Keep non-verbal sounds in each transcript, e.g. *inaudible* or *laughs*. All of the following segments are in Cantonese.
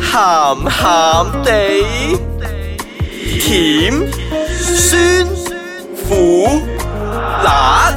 鹹鹹地，甜酸苦辣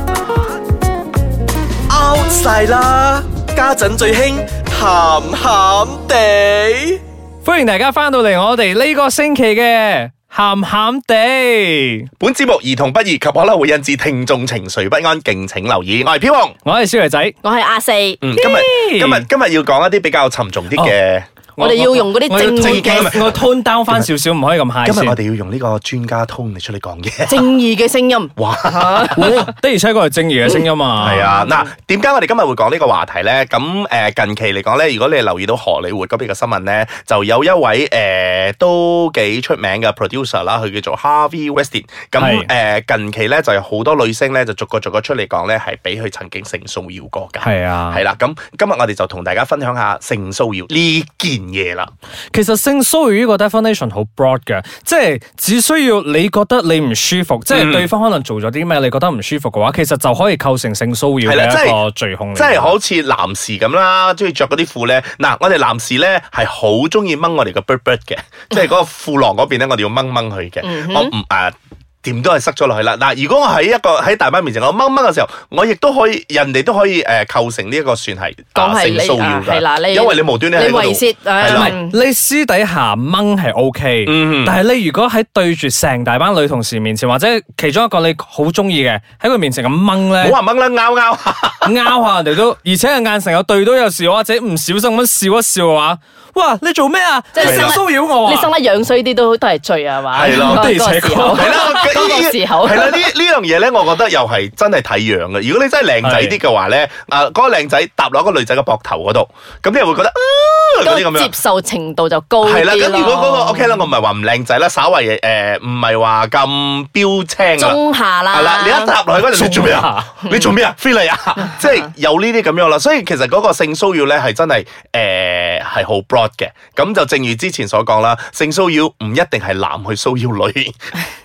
out 晒啦！家陣最興鹹鹹地。歡迎大家翻到嚟我哋呢個星期嘅咸咸地，本節目兒童不宜及可能會引致聽眾情緒不安，敬請留意。我係飄紅，我係小肥仔，我係阿四，嗯，今日耶今日今日要講一啲比較沉重啲嘅，我哋要用嗰啲正義嘅我我 tone down 翻少少，唔可以咁 high 今日先。我哋要用呢個專家通嚟出嚟講嘢。正義嘅聲音。哇，哦的而且確係正義嘅聲音啊，係，啊，嗱，點解我哋今日會講呢個話題咧？咁誒近期嚟講咧，如果你係留意到荷里活嗰邊嘅新聞咧，就有一位誒都幾出名嘅 producer 啦，佢叫做 Harvey Weinstein。咁誒近期咧就有好多女星咧就逐個逐個出嚟講咧，係俾佢曾經性騷擾過㗎。係啊係，啦，咁今日我哋就同大家分享下性騷擾呢件嘢啦。其實性騷擾呢個 definition 好 broad 嘅，即係只需要你覺得你唔舒服，即嗯係對方可能做咗啲咩，你覺得唔舒服嘅話，其實就可以構成性騷擾係啦即嘅係一個罪控嚟嘅。即係好似男士咁啦，中意着嗰啲褲咧。嗱，我哋男士咧係好中意掹我哋個 bird bird *laughs* 嘅，即係嗰個褲浪嗰邊咧，我哋要掹掹佢嗯嘅。我唔啊。點都係塞咗落去啦！嗱，如果我喺一個喺大媽面前我掹掹嘅時候，我亦都可以，人哋都可以誒、呃、構成呢一個算係講係性你騷擾啊係啦㗎，你因為你無端端喺你嗰猥褻度，係啦啊，嗯你私底下掹係 O K，嗯但係你如果喺對住成大班女同事面前，或者其中一個你好中意嘅喺佢面前咁掹唔咧，好話掹啦，拗拗下。拗下人哋都，而且係眼神有對到有時，或者唔小心咁笑一笑嘅話，哇！你做咩啊？即係你想你騷擾我你啊生？得樣衰啲都都係罪啊係嘛？係咯嗰個的而且確時候係啦， *laughs* 嗰個時候係啦，呢呢樣嘢咧，我覺得又係真係睇樣嘅。如果你真係靚仔啲嘅話咧，啊嗰個靚仔搭落個女仔嘅膊頭嗰度，咁你又會覺得啊嗰啲咁嗰個接樣。受程度就高係啲啦，咯。咁如果嗰個 OK 啦，我唔係話唔靚仔啦，稍為誒唔係話咁標青啦。中下啦，係啦，你一搭落去嗰陣，你做咩啊？你做咩啊？非禮 *laughs* 啊！即係有呢啲咁樣啦，所以其實嗰個性騷擾咧係真係誒係好 broad 嘅。咁就正如之前所講啦，性騷擾唔一定係男去騷擾女。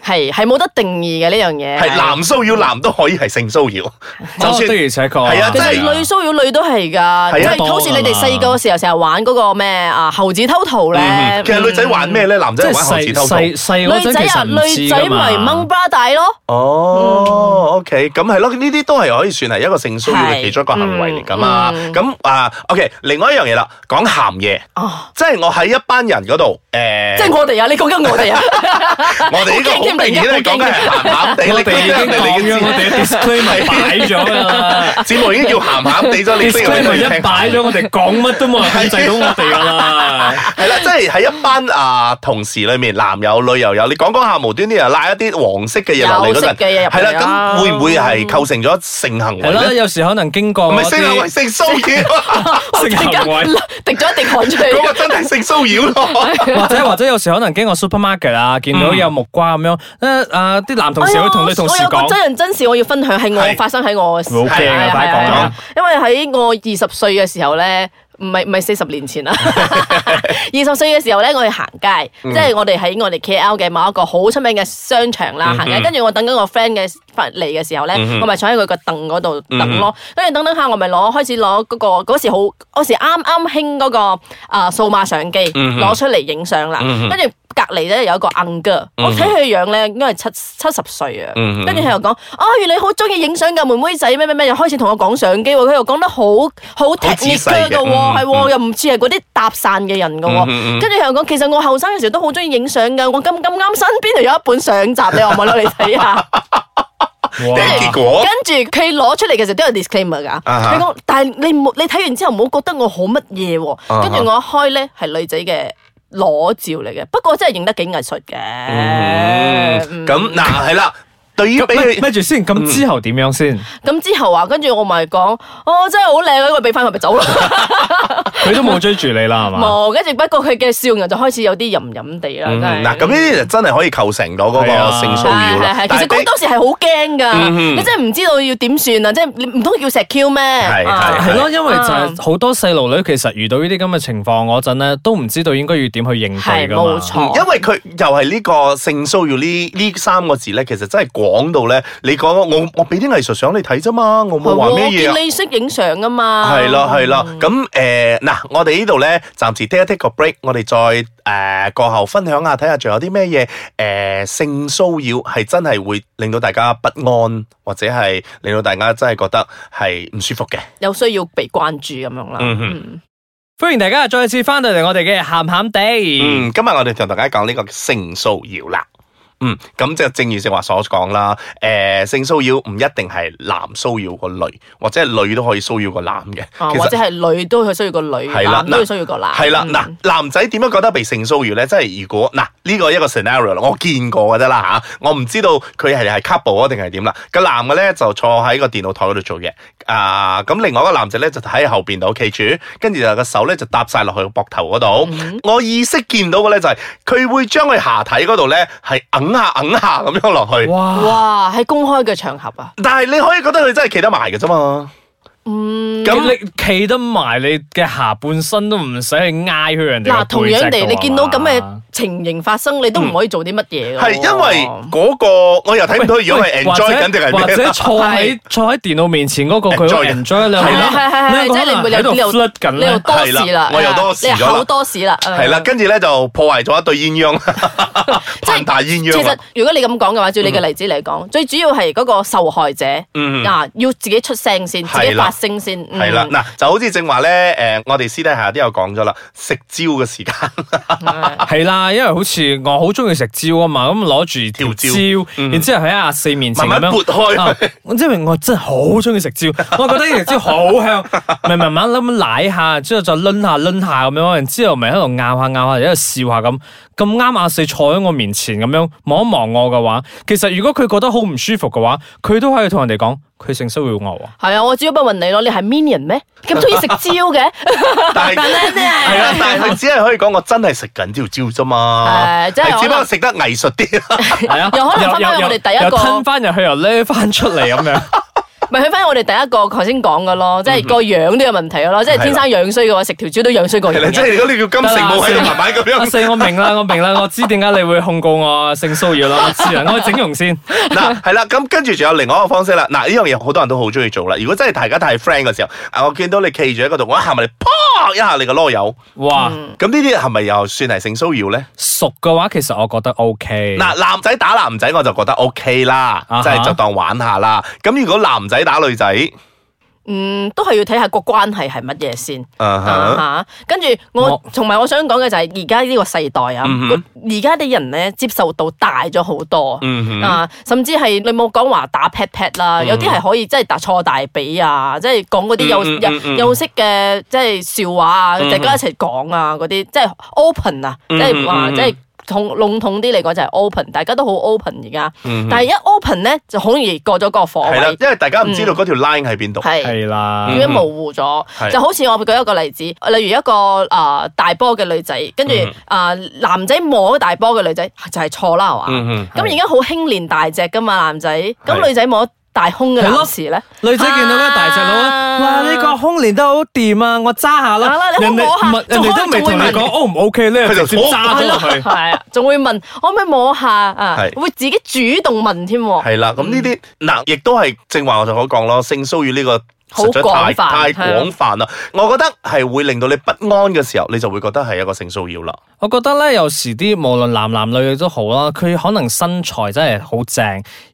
係係冇得定義嘅呢樣嘢。係男騷擾男都可以係性騷擾，就哦的算而且確係啊其真實係女騷擾女都係㗎，係即啊係好似你哋細個嘅時候成日玩嗰個咩啊猴子偷桃咧。其實女仔玩咩咧，男即仔係玩猴細子偷桃。細細嗰女仔陣其啊，實唔女知仔㗎咪掹嘛。 bra 帶咯。哦，OK，咁係咯，呢啲都係可以算係一個性騷擾嘅係其中一個行為嚟噶嘛嗯嗯。咁啊，OK，另外一樣嘢啦，講鹹嘢，哦，即係我喺一班人嗰度，誒，即係我哋啊，你講緊我哋啊。我哋呢個好明顯係講緊係鹹鹹地，我哋已經講咗，我哋嘅 disclaimer 擺咗㗎啦。節目已經叫鹹鹹地咗，你識 disclaimer 一擺咗，我哋講乜都冇人控制到我哋㗎啦。 *laughs* 係啦，即係喺一班啊同事裏面，男有女又有，你講講下無端端又拉一啲黃色嘅嘢落嚟嗰有色嘅陣，嘢入嚟係啦，啦咁會唔會係構成咗性行為係啦，咧？有時可能經過唔嗰係性行為，啲性騷擾，*laughs* *laughs* 性行為。滴咗一滴 *laughs* 汗出嚟嗰。個真係性騷 *laughs* 擾咯。或者或者有時可能經過 supermarket 啊，見嗯到有木瓜咁樣，誒誒啲男同事會同女同事哎我有個講，真人真事我要分享，係我係發生喺我嘅事。好驚啊係快講係啊係因為喺我二十歲嘅時候咧。唔係唔係四十 *laughs* 年前啦， *laughs* 二十歲嘅時候咧，我去行街，即係我哋喺我哋 K L 嘅某一個好出名嘅商場啦行街，跟住我等緊我 friend 嘅翻嚟嘅時候咧，我咪坐喺佢個凳嗰度等咯，跟住等等下我咪攞開始攞嗰個嗰時好嗰時啱啱興嗰個啊數碼相機攞出嚟影相啦，嗯跟住隔離咧有一個 u 哥，我睇佢樣咧應該係七七十歲啊，嗯跟住佢又講啊，原來你好中意影相㗎，妹妹仔咩咩咩，又開始同我講相機喎，佢又講得好好 t 仔 e 細 c h n i 嘅 c a 㗎嗯喎，係喎，又唔似係嗰啲搭訕嘅人㗎嗯嗯嗯喎，跟住佢又講其實我後生嘅時候都好中意影相㗎，我咁咁啱身邊就有一本相集，你可唔可以攞嚟睇下？哇結果跟住佢攞出嚟嘅時候都有 disclaimer 㗎，哈佢講但係你冇你睇完之後唔好覺得我好乜嘢喎，哈跟住我一開咧係女仔嘅裸照嚟嘅，不過真係影得幾藝術嘅。嗯咁嗱係啦，對於咁俾咪佢嗯咪住先，咁之後點樣先？咁之後啊，跟住我咪講，哦，真係好靚啊！我俾翻佢咪走啦，佢都冇追住你啦，係嘛？冇。跟住不過佢嘅笑容就開始有啲吟吟地啦，真係。嗯嗱咁呢啲就真係可以構成到嗰個係啊性騷擾係係啦係，。其但實係俾嗰當時係好驚㗎，嗯你真係唔知道要點算啊！即係你唔通叫石 Q 咩？係啊係咯，因為就係好多細路女其實遇到呢啲咁嘅情況嗰陣咧，都唔知道應該要點去應對係㗎冇嘛。嗯錯。因為佢又係呢個性騷擾呢呢三個字咧，其實真係廣廣到咧，你講我我俾啲藝術相你睇啫嘛，我冇話咩嘢我啊。見你識影相噶嘛？係啦係啦，咁诶嗱，我哋呢度咧暫時 take 一 take 個 break，我哋再诶過後分享下睇下仲有啲咩嘢诶性騷擾係真係會令到大家不安，或者係令到大家真係覺得係唔舒服嘅。有需要被關注咁樣啦。嗯哼嗯欢迎大家再次翻到嚟我哋嘅咸咸地。嗯，今日我哋同大家講呢個性騷擾啦。嗯，咁就正如正話所講啦，诶、性騷擾唔一定係男騷擾個女，或者係女都可以騷擾個男嘅。啊其實或者係女都去需要個女，係啦男都去需要個男。係啦，嗯嗱、男仔點樣覺得被性騷擾咧？即係如果嗱呢個一個 scenario，啦我見過嘅啫啦吓，我唔知道佢係係 couple 啊定係點啦。個男嘅咧就坐喺個電腦台嗰度做嘢，啊咁另外一個男仔咧就喺後邊度企住，跟住就個手咧就搭晒落去個膊頭嗰度。嗯我意識見到嘅咧就係、佢會將佢下體嗰度咧係揞下揞下咁樣落去，哇！哇，喺公開嘅場合啊，但係你可以覺得佢真係企得埋嘅啫嘛。嗯。咁你企得埋你嘅下半身都唔使去挨去人哋嗱，同樣啊啊地，你見到咁嘅嘅情形發生，你都唔可以做啲乜嗯嘢㗎喎係因為嗰、個我又睇唔到，如果係 enjoy 緊定係咩啦哦啊或者坐喺坐喺電腦面前嗰個佢 Enjoy 緊 enjoy 你係啦，係啊係係，你啊係即係你會喺度你又 flirt 緊你又咧。多事係啦啦，啊我又多事咗啦你又口多事啦，系啦，嗯跟住咧就破壞咗一對鴛鴦， *laughs* 即係龐大鴛其鴦實啊！如果你咁講嘅話，照你嘅例子嚟講，最主要係嗰個受害者嗯啊，要自己出聲先，自己係啦發聲先，嗯係啦，，嗱就好似正話咧，诶，我哋私底下都有講咗啦，食蕉嘅時間係係啦，因為好似我好中意食蕉啊嘛，咁攞住條條蕉，然之後喺阿四面前慢咁慢樣撥開啊 *laughs* 佢。我因為我真係好中意食蕉，我覺得呢條蕉好香， *laughs* 咪慢慢咁舐下，之後再攆下攆下咁樣，然之後咪喺度咬下咬下，喺度笑下咁。咁啱阿四坐喺我面前咁樣望一望我嘅話，其實如果佢覺得好唔舒服嘅話，佢都可以同人哋講佢性騷擾我啊。係啊，我只不過問你咯，你係 minion 咩？咁中意食蕉嘅？ *laughs* 但係係啦，但係佢只係可以講我真係食緊條蕉啫嘛，係即係係只不可過能食得藝術啲， *laughs* 係啊， *laughs* 又可能分又翻又我哋第一個又吞翻入去，又孭翻出嚟咁 *laughs* 樣。咪去翻我哋第一個頭先講嘅咯，即嗯係個樣都有問題嘅咯，即係天生樣衰嘅話，食條蕉都樣衰過係啦人即嘅。係如果你叫金城武喺度慢慢咁阿樣。四，我明啦，我明啦，我知點解你會控告我性騷擾啦，我知啦，我去整容先。嗱，係啦，咁跟住仲有另外一個方式啦。嗱，呢樣嘢好多人都好中意做啦。如果真係大家太 friend 嘅時候，啊，我見到你企住喺嗰度，我一行埋嚟，啪一下你個啰柚，哇，嗯咁呢啲係咪又算係性騷擾咧？熟嘅話其實我覺得 OK。嗱，男仔打男仔我就覺得 O K 啦，啊哈即係就當玩下啦。咁如果男仔打女仔，嗯，都係要睇下個關係係乜嘢先。啊哈啊哈跟住我我同埋我想講嘅就係而家呢個世代啊，嗯哼而家啲人咧接受度大咗好多。嗯哼，啊，甚至係你冇講話打 pat pat 啦，有啲係可以即係打錯大髀啊，即係講嗰啲有嗯嗯嗯有嗯有識嘅即係笑話啊，嗯大家一齊講啊嗰啲，即係 open 啊，即嗯係話嗯嗯即係統籠統啲嚟講就係 open，大家都好 open 而家，嗯但係一 open 咧就好容易過咗個火係啦位，，因為大家唔知道嗰條 line 喺邊度，嗯係。嗯係啊啦，已經模糊咗，係就好似我舉一個例子，例如一個啊、大波嘅女仔，跟住嗯啊男仔摸大波嘅女仔啊就係、錯啦，係嘛？嗯咁係而家好興練大隻噶嘛，男仔，咁係女仔摸大胸嘅係咯男士咧，女仔見到咧大隻佬咧，啊哇！呢個胸連得好掂啊，我揸下係啦啦。你人哋摸下唔係人哋都未同你仲可以講 O 唔 OK 咧，佢就直接揸咗落去。係啊，仲會問可唔可以摸下啊，係會自己主動問添喎，係啦。咁呢啲嗱，亦都係正話我就所講咯，性騷擾呢個。嗯好實在太廣泛太係啊廣泛啦！我覺得係會令到你不安嘅時候，你就會覺得係一個性騷擾啦。我覺得咧，有時啲無論男男女女都好啦，佢可能身材真係好正，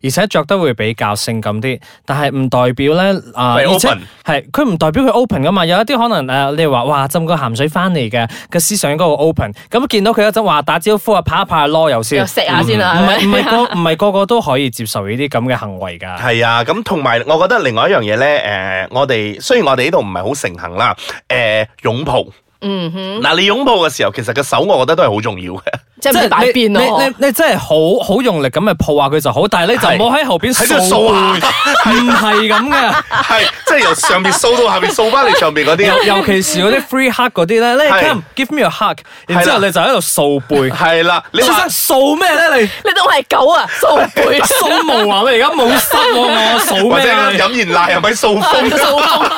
而且着得會比較性感啲，但係唔代表咧啊，係而且 open 係佢唔代表佢 open 噶嘛。有一啲可能誒、呃你話哇浸個鹹水翻嚟嘅嘅思想嗰個 open，咁見到佢嗰陣話打招呼啊，拍一拍囉柚先又，食下先啊啦，唔係係唔咪 *laughs* 係個唔係個個都可以接受呢啲咁嘅行為㗎。係啊，咁同埋我覺得另外一樣嘢咧，誒、我哋雖然我哋呢度唔係好盛行啦，誒、擁抱，嗯哼，嗱、你擁抱嘅時候，其實個手我覺得都係好重要嘅。即係唔係知擺你邊啊你咯你，你真係好好用力咁去抱下佢就好，但係你就唔好喺後邊喺度掃啊背唔係咁嘅。系，即系由上面掃到下面掃翻嚟上面嗰 *laughs* 啲。尤尤其是嗰啲 free hug 嗰啲咧，你係 come give me a hug，然之後係啦你就喺度掃背，係啦， *laughs* 你先話生掃咩咧你？你當我 *laughs* 係狗啊，掃背掃毛啊！你而家冇濕喎，我掃或咩者啊？ *laughs* 飲完奶係咪掃風？掃風，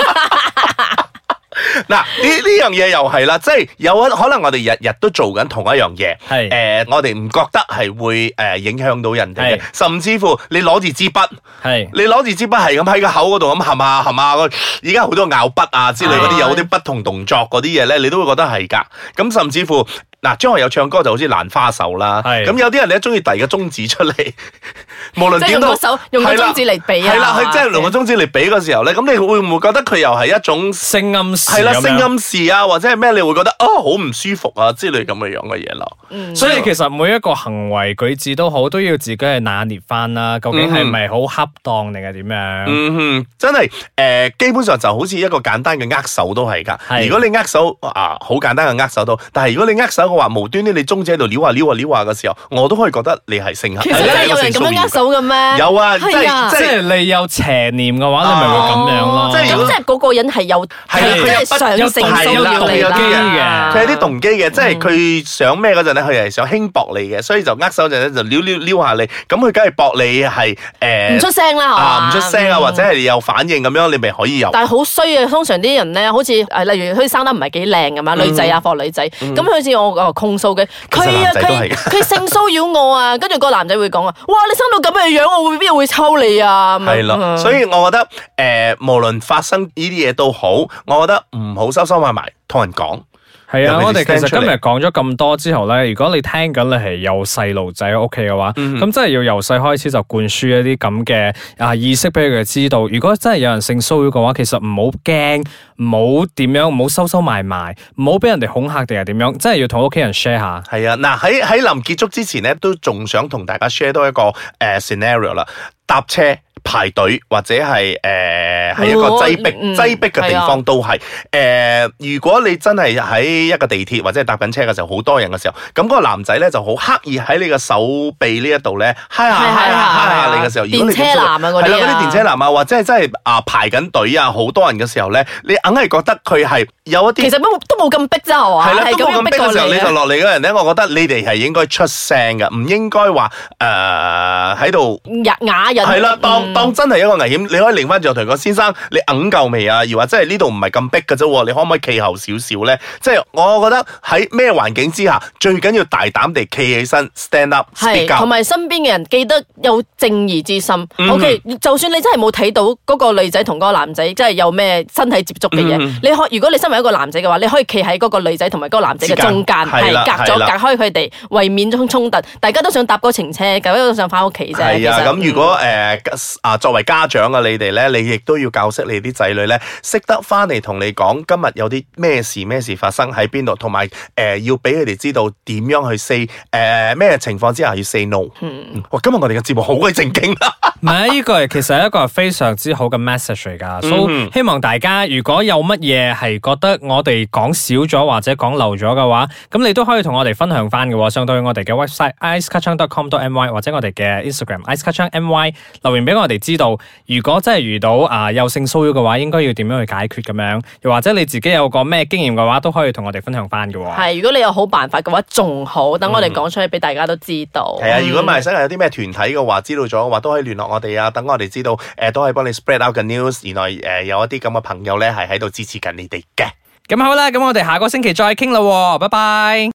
嗱，呢呢樣嘢又係啦，即係有一可能我哋日日都做緊同一樣嘢，係誒，我哋唔覺得係會誒影響到人哋係，嘅甚至乎你攞住支筆，係你攞住支筆係咁喺個口嗰度咁含下含下，而家好多咬筆啊之類嗰啲係有啲不同動作嗰啲嘢咧，你都會覺得係㗎。咁甚至乎嗱，張學友唱歌就好似蘭花手啦，係咁有啲人咧中意遞個中指出嚟， *laughs* 無論即係點用都個手用個係啦中指嚟比啊，係啦，佢即係用個中中指嚟比嘅時候咧，咁你會唔會覺得佢又係一種聲音係啦咁樣聲音事啊，或者係咩？你會覺得啊好唔舒服啊之類咁嘅樣嘅嘢咯。所以其實每一個行為舉止都好，都要自己去拿捏翻啦。究竟係咪好恰當定係點樣？嗯哼，真係诶、呃基本上就好似一個簡單嘅握手都係㗎。係如果你握手啊，好簡單嘅握手都，但係如果你握手嘅話，無端端你中指喺度撩下撩下撩下嘅時候，我都可以覺得你係性哎其實真係有人咁樣握手嘅咩？有啊，即係係啊即即係。係你有邪念嘅話，你咪會咁樣哦咯。即係如果咁即係嗰個人係有係即佢有係不上性騷擾你有動機啦，嘅佢有啲動機嘅，即係佢想咩嗰陣咧，佢係想輕薄你嘅，所以就握手嗰陣咧就撩撩撩下你，咁佢梗係薄你係誒唔出聲啦，係嘛啊唔出聲啊，嗯或者係有反應咁樣，你咪可以有。但係好衰啊！通常啲人咧，好似誒，例如佢生得唔係幾靚咁嘛，女仔啊，放女仔，咁好似我我控訴嘅，其實佢啊男仔都佢係 *laughs* 佢性騷擾我啊，跟住個男仔會講啊，哇！你生到咁嘅樣，我會邊會抽你啊？咁樣係咯，所以我覺得誒、呃，無論發生呢啲嘢都好，我覺得唔好收收埋埋，同人講。係啊，尤我其哋是其實 stand 出嚟今日講咗咁多之後咧，如果你聽緊你係有細路仔喺屋企嘅話，嗯咁真係要由細開始就灌輸一啲咁嘅啊意識俾佢哋知道。如果真係有人性騷擾嘅話，其實唔好驚，唔好點樣，唔好收收埋埋，唔好俾人哋恐嚇定係點樣，真係要同屋企人 share 下。係啊，嗱喺喺臨結束之前咧，都仲想同大家 share 多一個誒、呃 scenario 啦，搭車排隊或者係誒喺一個哦擠迫嗯擠迫嘅地係方都係誒、呃如果你真係喺一個地鐵或者係搭緊車嘅時候，好多人嘅時候，咁、嗰個男仔咧就好刻意喺你嘅手臂呢一度咧嗨下係係嗨下係嗨下係你嘅時候，如果你電車男啊嗰啲啊係啦嗰啲電車男啊，或者係真係啊排緊隊啊，好多人嘅時候咧，你硬係覺得佢係有一啲其。實都都冇咁逼啫，係嘛？係啦，係都冇咁逼嘅時候，你啊就落嚟嗰人咧，我覺得你哋係應該出聲嘅，唔應該話呃誒喺度。雅雅人係啦，當嗯當真係一個危險，你可以擰翻轉頭同佢講，先生，你揞夠未啊？而話即係呢度唔係咁逼嘅啫喎，你可唔可以企後少少咧？即係我覺得喺咩環境之下，最緊要大膽地企起身，stand up，speak 係， up 同。埋身邊嘅人記得有正義之心。O 嗯 K，就算你真係冇睇到嗰個女仔同嗰個男仔真係有咩身體接觸嘅嗯嘢，你可如果你身為一個男仔嘅話，你可以企喺嗰個女仔同埋嗰個男仔嘅之中間，嗯間係係啦隔咗係啦隔開佢哋，為免衝衝突，大家都想搭嗰程車，大家都想翻屋企啫。係啊，其實咁如果誒啊作為家長嘅你哋咧，你亦都要教識你啲仔女咧，識得翻嚟同你講今日有啲咩事咩事發生喺邊度，同埋誒要俾佢哋知道點樣去 say 誒咩情況之下要 say no。嗯，哇！今日我哋嘅節目好鬼正經啊！唔係，呢個係其實係一個非常之好嘅 message 嚟㗎，所以希望大家如果有乜嘢係覺得我哋講少咗或者講漏咗嘅話，咁你都可以同我哋分享翻嘅喎，上到去我哋嘅 website icekachang.com.my 或者我哋嘅 Instagram icekachangmy 留言俾我哋知道，如果真係遇到啊、有性騷擾嘅話，應該要點樣去解決咁樣，又或者你自己有個咩經驗嘅話，都可以同我哋分享翻嘅喎。係，如果你有好辦法嘅話，仲好，等我嗯哋講出去俾大家都知道。 *laughs* 係啊，如果馬來西亞有啲咩團體嘅話，知道咗嘅話，都可以聯絡我哋啊，等我哋知道誒、都可以幫你 spread out 嘅 news。原來誒、有一啲咁嘅朋友咧，係喺度支持緊你哋嘅。咁好啦，咁我哋下個星期再傾啦喎，拜拜。